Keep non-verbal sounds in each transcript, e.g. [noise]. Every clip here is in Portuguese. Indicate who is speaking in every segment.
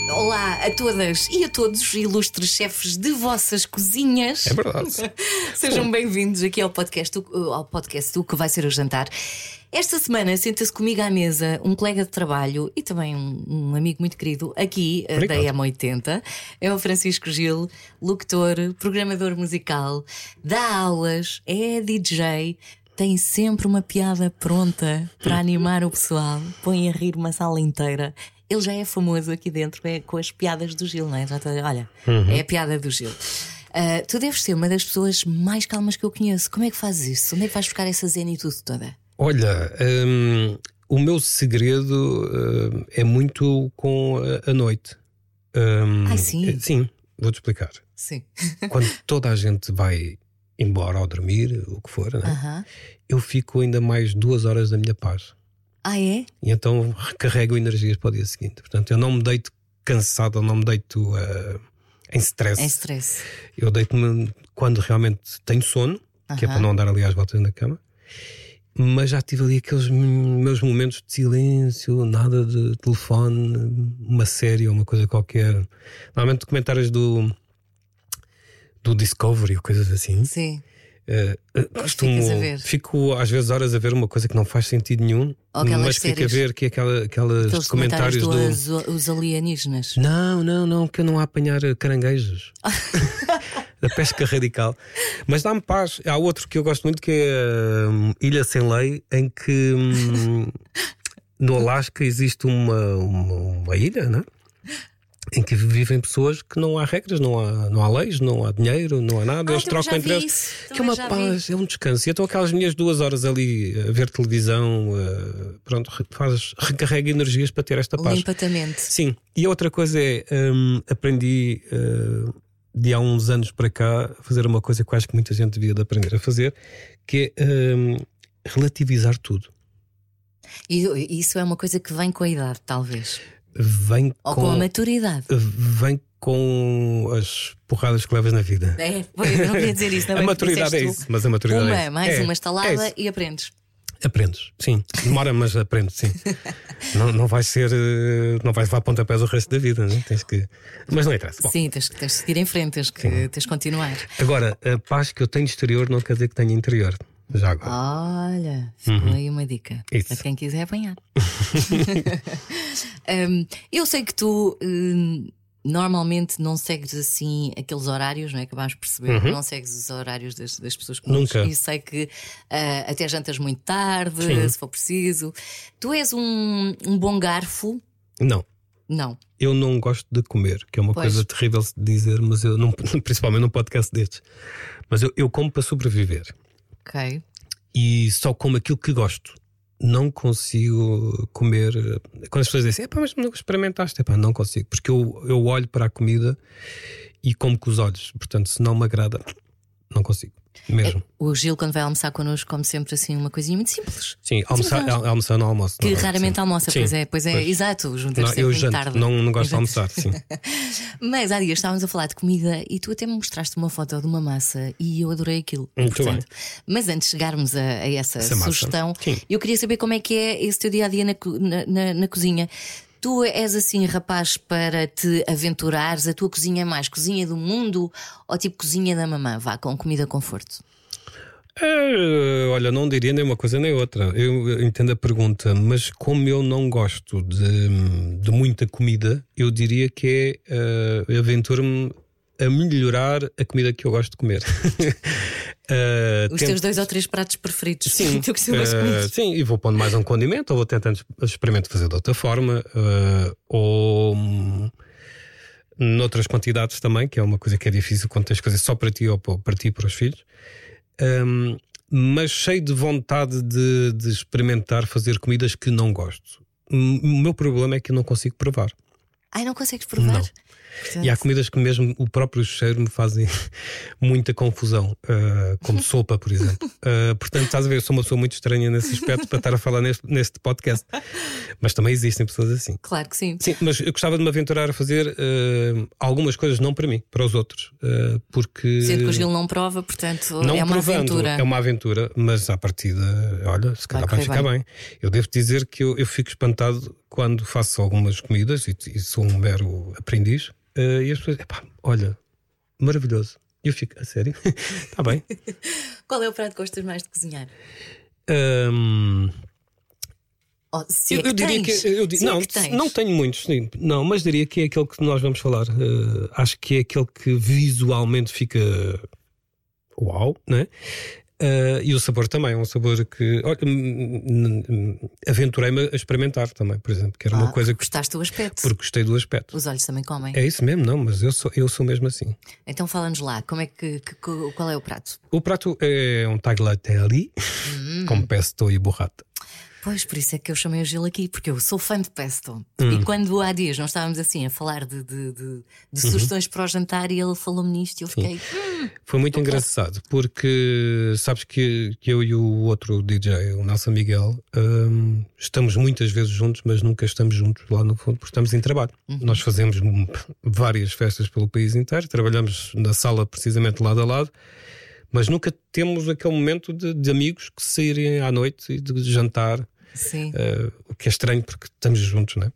Speaker 1: a todas e a todos, ilustres chefes de vossas cozinhas.
Speaker 2: É verdade.
Speaker 1: Sejam bem-vindos aqui ao podcast, do- ao podcast do que vai ser o jantar. Esta semana senta-se comigo à mesa um colega de trabalho e também um, um amigo muito querido aqui eh, da
Speaker 2: Obrigado.
Speaker 1: M80. É o Francisco Gil, locutor, programador musical, dá aulas, é DJ. Tem sempre uma piada pronta para animar o pessoal, põe a rir uma sala inteira. Ele já é famoso aqui dentro é, com as piadas do Gil, não é? Já tá- olha,
Speaker 2: Uhum.
Speaker 1: é a piada do Gil. Ah, tu deves ser uma das pessoas mais calmas que eu conheço. Como é que fazes isso? Onde é que vais buscar essa zenitude toda?
Speaker 2: [laughs] Olha, hum, o meu segredo hum, é muito com a, a noite. Hum,
Speaker 1: Ai, sim?
Speaker 2: eh, Sim, vou-te
Speaker 1: [laughs]
Speaker 2: explicar.
Speaker 1: Sim.
Speaker 2: Quando toda a gente vai embora ou dormir, o que for, né?
Speaker 1: Aham.
Speaker 2: eu fico ainda mais duas horas da minha paz.
Speaker 1: Ah, é?
Speaker 2: E então [laughs] recarrego energias para o dia seguinte. Portanto, eu não me deito cansado, eu não me deito eh, em stress.
Speaker 1: Em É stress.
Speaker 2: Eu deito-me quando realmente tenho sono, que é
Speaker 1: Aham.
Speaker 2: para não andar ali às voltas na cama. Mas já tive ali aqueles m- meus momentos de silêncio, nada de telefone, uma série ou uma coisa qualquer. Normalmente documentários do, do Discovery ou coisas assim.
Speaker 1: Sim.
Speaker 2: Eh, eh, costumo,
Speaker 1: ficas a ver.
Speaker 2: fico às vezes horas a ver uma coisa que não faz sentido nenhum,
Speaker 1: Ou aquelas
Speaker 2: mas fico a
Speaker 1: séries.
Speaker 2: ver que é aquela, aquelas
Speaker 1: Aqueles
Speaker 2: comentários
Speaker 1: comentários
Speaker 2: do.
Speaker 1: dos os alienígenas.
Speaker 2: Não, não, não, que eu não a apanhar eh,
Speaker 1: [laughs]
Speaker 2: caranguejos. da pesca radical. Mas dá-me paz. Há outro que eu gosto muito que é hum, Ilha Sem Lei, em que hum,
Speaker 1: [laughs]
Speaker 2: no Alasca existe uma, uma, uma ilha, né? Em que vivem pessoas que não há regras, não há, não há leis, não há dinheiro, não há nada,
Speaker 1: Ah,
Speaker 2: eles
Speaker 1: também
Speaker 2: trocam
Speaker 1: já
Speaker 2: entre
Speaker 1: vi
Speaker 2: eles.
Speaker 1: isso.
Speaker 2: Que é
Speaker 1: Também
Speaker 2: uma
Speaker 1: já vi.
Speaker 2: paz, é um descanso. E então aquelas minhas duas horas ali eh, a ver televisão, eh, pronto, re- faz, recarrega energias para ter esta paz.
Speaker 1: Limpatamente.
Speaker 2: Sim, e a outra coisa é hum, aprendi hum, de há uns anos para cá a fazer uma coisa que eu acho que muita gente devia de aprender a fazer, que é hum, relativizar tudo.
Speaker 1: E e isso é uma coisa que vem com a idade, talvez.
Speaker 2: Vem
Speaker 1: Ou com, a
Speaker 2: com,
Speaker 1: maturidade.
Speaker 2: vem com as porradas que levas na vida.
Speaker 1: É, foi, eu não queria dizer isso, não é?
Speaker 2: a maturidade é
Speaker 1: Disseste tu.
Speaker 2: isso, mas a maturidade é
Speaker 1: Uma,
Speaker 2: isso.
Speaker 1: mais
Speaker 2: É,
Speaker 1: uma estalada
Speaker 2: é isso.
Speaker 1: e aprendes.
Speaker 2: Aprendes, sim. Demora, mas
Speaker 1: [laughs]
Speaker 2: aprendes, sim. não, não vais ser, eh, não vais levar pontapés o resto da vida, né? tens que. Mas não interessa. Bom,
Speaker 1: Sim, tens, que- tens de seguir em frente, tens que, tens de continuar.
Speaker 2: Agora, a paz que eu tenho exterior não quer dizer que tenho interior. Já agora.
Speaker 1: Ah. Olha, ficou aí uma dica
Speaker 2: Uhum. Isso.
Speaker 1: para quem quiser apanhar. [laughs] Hum, eu sei que tu hum, normalmente não segues assim aqueles horários, não é? Acabámos de perceber, não segues os horários das, das pessoas comuns.
Speaker 2: Uhum. Nunca.
Speaker 1: E sei que ah, até jantas muito tarde,
Speaker 2: Sim.
Speaker 1: se for preciso. Tu és um, um bom garfo?
Speaker 2: Não,
Speaker 1: Não.
Speaker 2: eu não gosto de comer, que é uma
Speaker 1: Pois.
Speaker 2: coisa terrível se dizer, mas eu não, [laughs] principalmente num podcast destes. Mas eu, eu como para sobreviver
Speaker 1: Ok.
Speaker 2: e só como aquilo que gosto. Não consigo comer. Quando as pessoas dizem assim, "Epá, mas nunca experimentaste, Epá, não consigo, porque eu, eu olho para a comida e como com os olhos. Portanto, se não me agrada, não consigo. Mesmo.
Speaker 1: O Gil, quando vai almoçar connosco, come sempre assim uma coisinha muito simples.
Speaker 2: Sim, almoçar,
Speaker 1: mas-
Speaker 2: al- almoçar não almoço.
Speaker 1: Que
Speaker 2: não, é?
Speaker 1: raramente
Speaker 2: sim.
Speaker 1: almoça,
Speaker 2: Sim,
Speaker 1: pois é, pois é,
Speaker 2: pois.
Speaker 1: exato, juntas
Speaker 2: Não,
Speaker 1: sempre
Speaker 2: eu
Speaker 1: muito
Speaker 2: janto,
Speaker 1: tarde.
Speaker 2: não, não gosto de
Speaker 1: Exato.
Speaker 2: almoçar, sim.
Speaker 1: Mas há dias estávamos a falar de comida e tu até me mostraste uma foto de uma massa e eu adorei aquilo.
Speaker 2: Muito
Speaker 1: Portanto, Mas antes de chegarmos a, a essa,
Speaker 2: Essa massa.
Speaker 1: sugestão,
Speaker 2: Sim.
Speaker 1: eu queria saber como é que é esse teu dia a dia na, co- na- na- na cozinha. Tu és assim, rapaz, para te aventurares? A tua cozinha é mais cozinha do mundo ou tipo cozinha da mamã? Vá com comida conforto.
Speaker 2: Eh, olha, não diria nem uma coisa nem outra. Eu eu entendo a pergunta, mas como eu não gosto de, de muita comida, eu diria que é eh, aventuro-me a melhorar a comida que eu gosto de comer. [laughs] Eh,
Speaker 1: Os
Speaker 2: tento-
Speaker 1: teus dois ou três pratos preferidos
Speaker 2: Sim,
Speaker 1: que [laughs] tu costumas
Speaker 2: eh,
Speaker 1: comer.
Speaker 2: sim, e vou pondo mais um condimento, ou vou tentando experimento fazer de outra forma, eh, ou hum, noutras quantidades também, que é uma coisa que é difícil quando tens coisas só para ti ou para para ti e para os filhos. Hum, mas cheio de vontade de, de experimentar fazer comidas que não gosto. Hum, O meu problema é que eu não consigo provar.
Speaker 1: Ai, não consegues provar?
Speaker 2: Não. E há
Speaker 1: Portanto,
Speaker 2: comidas que mesmo o próprio cheiro me fazem [laughs] muita confusão, ah,
Speaker 1: [laughs]
Speaker 2: como sopa, por exemplo. Ah, portanto, estás a ver, eu sou uma pessoa muito estranha nesse aspecto para estar a falar neste, neste podcast. Mas também existem pessoas assim.
Speaker 1: Claro que sim.
Speaker 2: Sim, mas eu gostava de me aventurar a fazer ah, algumas coisas, não para mim, para os outros. ah, porque.
Speaker 1: Sendo que o Gil não prova, portanto,
Speaker 2: Não
Speaker 1: é uma
Speaker 2: provando,
Speaker 1: aventura.
Speaker 2: é uma aventura, mas à partida, olha, se calhar vai,
Speaker 1: correr
Speaker 2: ficar bem. Eu devo dizer que eu, eu fico espantado quando faço algumas comidas e, e sou um mero aprendiz, eh, e as pessoas, epá, olha, maravilhoso. E eu fico, a sério? [laughs] Está bem.
Speaker 1: Qual é o prato que gostas mais de cozinhar?
Speaker 2: Ahm,
Speaker 1: Oh, se
Speaker 2: eu,
Speaker 1: é que
Speaker 2: eu diria
Speaker 1: tens.
Speaker 2: que. eu di-
Speaker 1: Se é
Speaker 2: não,
Speaker 1: que tens.
Speaker 2: não tenho muitos, sim. não, mas diria que é aquele que nós vamos falar. Eh, acho que é aquele que visualmente fica uau, né? Eh, e o sabor também, é um sabor que. olha, hum, hum, hum, Aventurei-me a experimentar também, por exemplo, que era uma
Speaker 1: Ah,
Speaker 2: coisa que.
Speaker 1: Gostaste do aspecto.
Speaker 2: Porque gostei do aspecto.
Speaker 1: Os olhos também comem.
Speaker 2: É isso mesmo, não, mas eu sou, eu sou mesmo assim.
Speaker 1: Então fala-nos lá, como é que, que- que- qual é o prato?
Speaker 2: O prato é um tagliatelle
Speaker 1: Hum.
Speaker 2: com pesto e burrata.
Speaker 1: Pois, por isso é que eu chamei o Gil aqui, porque eu sou fã de pesto.
Speaker 2: Hum.
Speaker 1: E quando há dias nós estávamos assim a falar de, de- de- de
Speaker 2: Uhum.
Speaker 1: sugestões para o jantar e ele falou-me nisto e eu fiquei.
Speaker 2: Foi muito engraçado, porque sabes que, que eu e o outro DJ, o Nelson Miguel, hum, estamos muitas vezes juntos, mas nunca estamos juntos lá no fundo, porque estamos em trabalho. Nós fazemos hum, várias festas pelo país inteiro, trabalhamos na sala precisamente lado a lado, mas nunca temos aquele momento de, de amigos que saírem à noite e de jantar
Speaker 1: Sim.
Speaker 2: eh, o que é estranho porque estamos juntos, não é?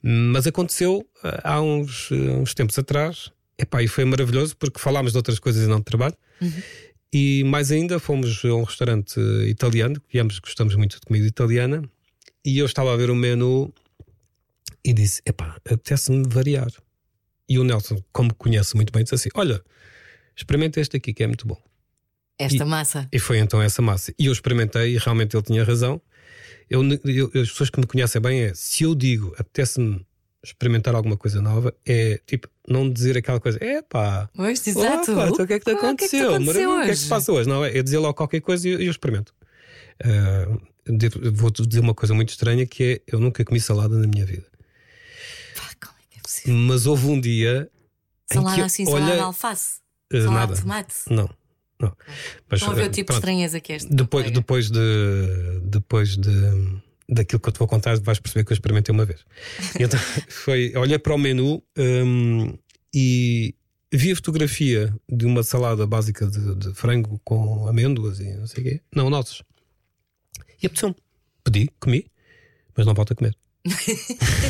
Speaker 2: Mas aconteceu eh, há uns, eh, uns tempos atrás, epá, e foi maravilhoso porque falámos de outras coisas e não de trabalho. E mais ainda fomos a um restaurante eh, italiano, que ambos gostamos muito de comida italiana, e eu estava a ver o menu e disse: epá, apetece-me variar. E o Nelson, como conhece muito bem, disse assim: olha, experimenta este aqui que é muito bom.
Speaker 1: Esta massa.
Speaker 2: E foi então essa massa. E eu experimentei e realmente ele tinha razão. Eu, eu- as pessoas que me conhecem bem é se eu digo apetece-me experimentar alguma coisa nova, é tipo não dizer aquela coisa, é pá.
Speaker 1: Pois,
Speaker 2: opa,
Speaker 1: exato.
Speaker 2: então o que é que te
Speaker 1: Ah, o que é que te
Speaker 2: aconteceu?
Speaker 1: aconteceu
Speaker 2: Maravilha, O que é que
Speaker 1: hoje?
Speaker 2: se passa hoje? Não, é, é dizer logo qualquer coisa e eu, eu experimento. Ah, devo- Vou-te dizer uma coisa muito estranha que é eu nunca comi salada na minha vida.
Speaker 1: Pá, como é que é possível?
Speaker 2: Mas houve um dia. em que
Speaker 1: Salada
Speaker 2: eu-
Speaker 1: assim,
Speaker 2: olha,
Speaker 1: salada de alface,
Speaker 2: eh,
Speaker 1: salada
Speaker 2: nada.
Speaker 1: de tomate.
Speaker 2: Não, não. Mas,
Speaker 1: Estão a ver
Speaker 2: eh,
Speaker 1: o tipo de
Speaker 2: pronto.
Speaker 1: estranheza que é esta.
Speaker 2: Depois,
Speaker 1: colega.
Speaker 2: depois de. Depois de. Daquilo que eu te vou contar, vais perceber que eu experimentei uma vez. E Então, [laughs] foi, olhei para o menu hum, e vi a fotografia de uma salada básica de, de frango com amêndoas e não sei o quê. Não, nozes. E apeteceu-me. Pedi, comi, mas não volto a comer.
Speaker 1: [laughs]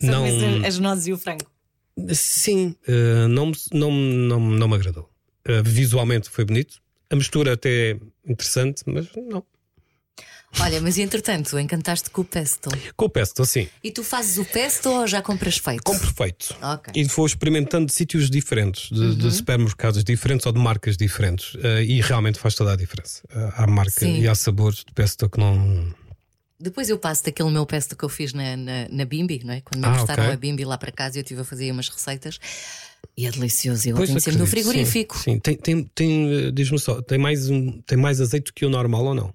Speaker 1: Só um-
Speaker 2: não-
Speaker 1: comes as nozes e o frango.
Speaker 2: Sim, eh, não, me- não, me- não, me- não me agradou. Eh, visualmente foi bonito. A mistura até é interessante, mas não.
Speaker 1: Olha, mas entretanto, encantaste com o pesto.
Speaker 2: Com o pesto, assim,
Speaker 1: E tu fazes o pesto ou já compras feito?
Speaker 2: como perfeito.
Speaker 1: Ok.
Speaker 2: E vou experimentando de sítios diferentes, de,
Speaker 1: Uhum.
Speaker 2: de supermercados diferentes ou de marcas diferentes. eh, e realmente faz toda a diferença. Eh, há marca
Speaker 1: Sim.
Speaker 2: e há sabores de pesto que não.
Speaker 1: Depois eu passo daquele meu pesto que eu fiz na, na, na Bimbi, não é? Quando me
Speaker 2: Ah,
Speaker 1: emprestaram
Speaker 2: ok.
Speaker 1: a Bimbi lá para casa, eu estive a fazer aí umas receitas e é delicioso. Eu
Speaker 2: Pois,
Speaker 1: tenho sempre no
Speaker 2: acredito,
Speaker 1: frigorífico.
Speaker 2: Sim, sim. Tem, tem, tem, eh, diz-me só, tem mais, um, tem mais azeite que o normal ou não?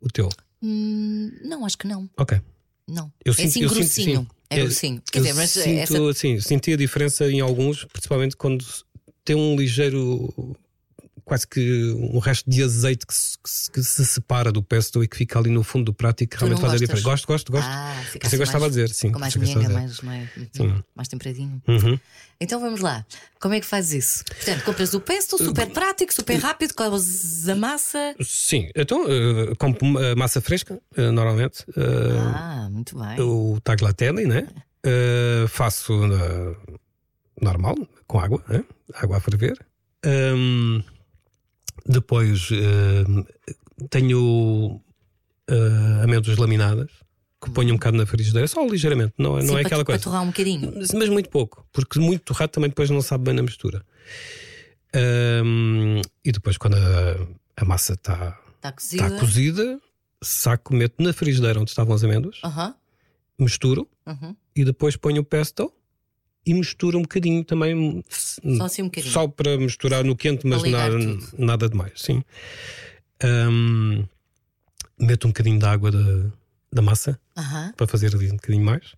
Speaker 2: O teu?
Speaker 1: Hum, não, acho que não.
Speaker 2: Ok.
Speaker 1: Não.
Speaker 2: Eu
Speaker 1: é
Speaker 2: sinto-
Speaker 1: assim
Speaker 2: eu sinto-
Speaker 1: grossinho.
Speaker 2: sim.
Speaker 1: É
Speaker 2: Eu-
Speaker 1: grossinho. Quer
Speaker 2: Eu
Speaker 1: dizer, mas
Speaker 2: sinto,
Speaker 1: essa
Speaker 2: sim, senti a diferença em alguns, principalmente quando tem um ligeiro. Quase que um resto de azeite que se, que se- que se separa do pesto e que fica ali no fundo do prato e que
Speaker 1: Tu
Speaker 2: realmente
Speaker 1: não
Speaker 2: faz a
Speaker 1: gostas?
Speaker 2: diferença. Gosto, gosto, gosto.
Speaker 1: Ah,
Speaker 2: Por isso é
Speaker 1: ficaste
Speaker 2: eu gostava
Speaker 1: mais,
Speaker 2: de dizer, sim.
Speaker 1: com mais
Speaker 2: por isso é eu
Speaker 1: minha,
Speaker 2: gostava de
Speaker 1: mais, mais,
Speaker 2: Sim.
Speaker 1: mais temperadinho.
Speaker 2: dizer. Uhum.
Speaker 1: Então vamos lá. Como é que fazes isso? Portanto, compras o pesto, super prático, super rápido, colas a massa.
Speaker 2: Sim, então eh, compro eh, massa fresca, eh, normalmente. eh,
Speaker 1: Ah, muito bem.
Speaker 2: o tagliatelle, né?
Speaker 1: É.
Speaker 2: Eh, faço eh, normal, com água, né? água a ferver. Ahm, depois ahm, tenho eh, amêndoas laminadas que ponho um bocado na frigideira, só ligeiramente, não é,
Speaker 1: Sim,
Speaker 2: não é
Speaker 1: para-
Speaker 2: aquela
Speaker 1: para
Speaker 2: coisa.
Speaker 1: torrar um bocadinho.
Speaker 2: Mas mas muito pouco, porque muito torrado também depois não sabe bem na mistura. Ahm, e depois, quando a, a massa está
Speaker 1: Está cozida.
Speaker 2: tá cozida, saco, meto na frigideira onde estavam as amêndoas,
Speaker 1: Aham, uhum.
Speaker 2: misturo
Speaker 1: aham.
Speaker 2: e depois ponho o pesto e misturo um bocadinho também.
Speaker 1: Só assim um bocadinho.
Speaker 2: Hum. Só para misturar no quente, mas
Speaker 1: Para ligar
Speaker 2: nada,
Speaker 1: tudo.
Speaker 2: nada demais, sim. Ahm, meto um bocadinho de água da, da massa
Speaker 1: Aham.
Speaker 2: para fazer ali um bocadinho mais.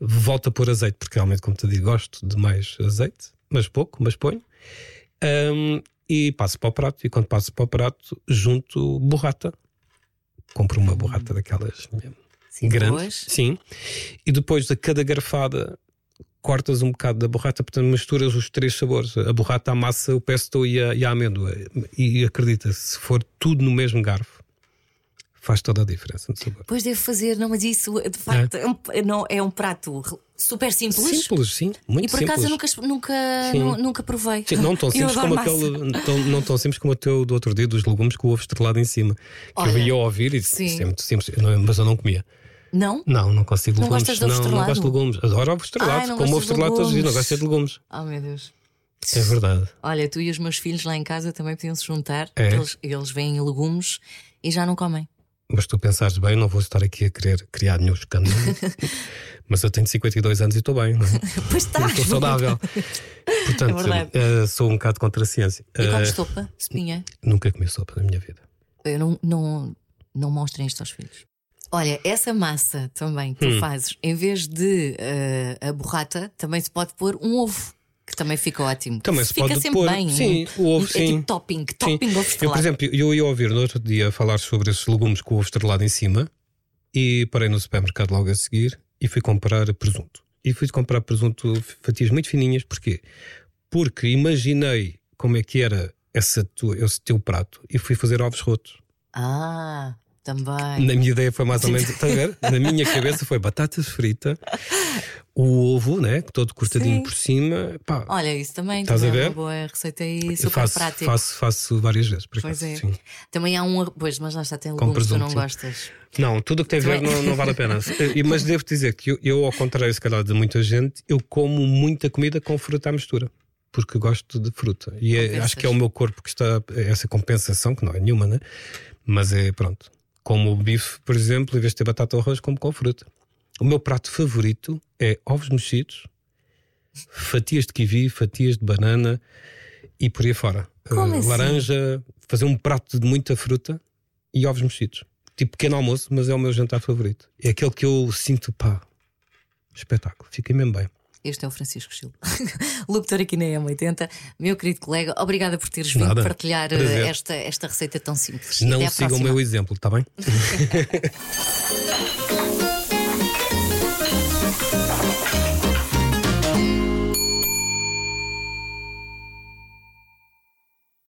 Speaker 2: Volto a pôr azeite, porque realmente, como te digo, gosto de mais azeite, mas pouco, mas ponho. Ahm, e passo para o prato, e quando passo para o prato, junto borrata. Compro uma
Speaker 1: Hum.
Speaker 2: borrata daquelas
Speaker 1: Sim,
Speaker 2: grande.
Speaker 1: depois.
Speaker 2: Sim. E depois de cada garfada cortas um bocado da borrata, portanto misturas os três sabores: a borrata, a massa, o pesto e a, e a amêndoa. E acredita, se for tudo no mesmo garfo, faz toda a diferença no sabor.
Speaker 1: Pois devo fazer, não, mas isso de facto é, um, não, é um prato super simples.
Speaker 2: Simples, sim, muito
Speaker 1: E por
Speaker 2: simples.
Speaker 1: acaso eu nunca, nunca,
Speaker 2: Sim.
Speaker 1: nu- nunca provei.
Speaker 2: Sim, não
Speaker 1: [laughs]
Speaker 2: tão
Speaker 1: Eu
Speaker 2: simples como
Speaker 1: adoro massa.
Speaker 2: aquele. tão- não tão simples como o teu do outro dia dos legumes com o ovo estrelado em cima. Que eu
Speaker 1: Olha,
Speaker 2: ia ouvir e disse,
Speaker 1: sim.
Speaker 2: isto é muito simples, eu não- mas eu não comia.
Speaker 1: Não?
Speaker 2: Não, não consigo
Speaker 1: Não
Speaker 2: legumes.
Speaker 1: gostas de ovo
Speaker 2: não, não
Speaker 1: estrelado?
Speaker 2: gosto de legumes. Adoro ovo estrelado.
Speaker 1: Ai, não
Speaker 2: como ovo
Speaker 1: gostas de
Speaker 2: estrelado todos os dias, não
Speaker 1: legumes.
Speaker 2: gosto é de legumes.
Speaker 1: Oh meu Deus.
Speaker 2: É verdade.
Speaker 1: Olha, tu e os meus filhos lá em casa também podiam se juntar.
Speaker 2: É?
Speaker 1: Eles, eles veem legumes e já não comem. [laughs]
Speaker 2: Mas tu pensares bem, não vou estar aqui a querer criar nenhum
Speaker 1: [laughs]
Speaker 2: escândalo. mas eu tenho 52 anos e estou bem, não é?
Speaker 1: Pois tá. está.
Speaker 2: estou saudável. Portanto,
Speaker 1: Ah, verdade.
Speaker 2: eh, sou um bocado contra a ciência.
Speaker 1: E
Speaker 2: Eh,
Speaker 1: comes sopa, espinha.
Speaker 2: nunca comi sopa na minha vida.
Speaker 1: Eu não, não, não mostrem isto aos filhos. Olha, essa massa também que
Speaker 2: Hum.
Speaker 1: tu fazes, em vez de eh, a borrata, também se pode pôr um ovo, que também fica ótimo.
Speaker 2: Também se
Speaker 1: fica
Speaker 2: pode
Speaker 1: sempre
Speaker 2: pôr,
Speaker 1: bem.
Speaker 2: sim, o ovo,
Speaker 1: é
Speaker 2: sim.
Speaker 1: tipo topping,
Speaker 2: Sim.
Speaker 1: topping ovo
Speaker 2: Eu, por
Speaker 1: estrelado.
Speaker 2: exemplo, eu ia ouvir no outro dia falar sobre esses legumes com ovo estrelado em cima e parei no supermercado logo a seguir e fui comprar presunto. E fui comprar presunto fatias muito fininhas, porquê? Porque imaginei como é que era essa tua, esse teu prato e fui fazer ovos rotos.
Speaker 1: Ah, também.
Speaker 2: Na minha ideia foi mais ou
Speaker 1: Sim.
Speaker 2: menos, estás a ver? Na minha cabeça foi batata frita, o ovo, né? Todo cortadinho
Speaker 1: Sim.
Speaker 2: por cima. Pá,
Speaker 1: Olha, isso também,
Speaker 2: Estás
Speaker 1: também
Speaker 2: a
Speaker 1: é
Speaker 2: ver?
Speaker 1: uma boa receita e
Speaker 2: eu
Speaker 1: super
Speaker 2: faço,
Speaker 1: prática.
Speaker 2: faço, faço várias vezes. Por
Speaker 1: Pois
Speaker 2: acaso,
Speaker 1: é.
Speaker 2: sim.
Speaker 1: Também há um. Pois, mas lá está, tem legumes que tu
Speaker 2: presunto,
Speaker 1: não
Speaker 2: sim.
Speaker 1: gostas.
Speaker 2: Não, tudo o que tem a ver
Speaker 1: Também.
Speaker 2: não, não vale a pena. E- Mas devo dizer que eu, eu, ao contrário, se calhar, de muita gente, eu como muita comida com fruta à mistura. Porque gosto de fruta. E é-
Speaker 1: Compensas.
Speaker 2: acho que é o meu corpo que está. é Essa compensação, que não é nenhuma, né? Mas é pronto. Como o bife, por exemplo, em vez de ter batata ou arroz, como com fruta. O meu prato favorito é ovos mexidos, fatias de kiwi, fatias de banana e por aí fora.
Speaker 1: Como
Speaker 2: Eh,
Speaker 1: assim?
Speaker 2: Laranja, fazer um prato de muita fruta e ovos mexidos. Tipo pequeno almoço, mas é o meu jantar favorito. É aquele que eu sinto, pá, espetáculo. Fiquem mesmo bem.
Speaker 1: Este é o Francisco Chilo, [laughs] locutor aqui na M80. Meu querido colega, obrigada por teres vindo
Speaker 2: Nada.
Speaker 1: partilhar eh,
Speaker 2: Prazer.
Speaker 1: esta, esta receita tão simples.
Speaker 2: Não
Speaker 1: Até à
Speaker 2: sigam o
Speaker 1: próxima.
Speaker 2: meu exemplo, está bem?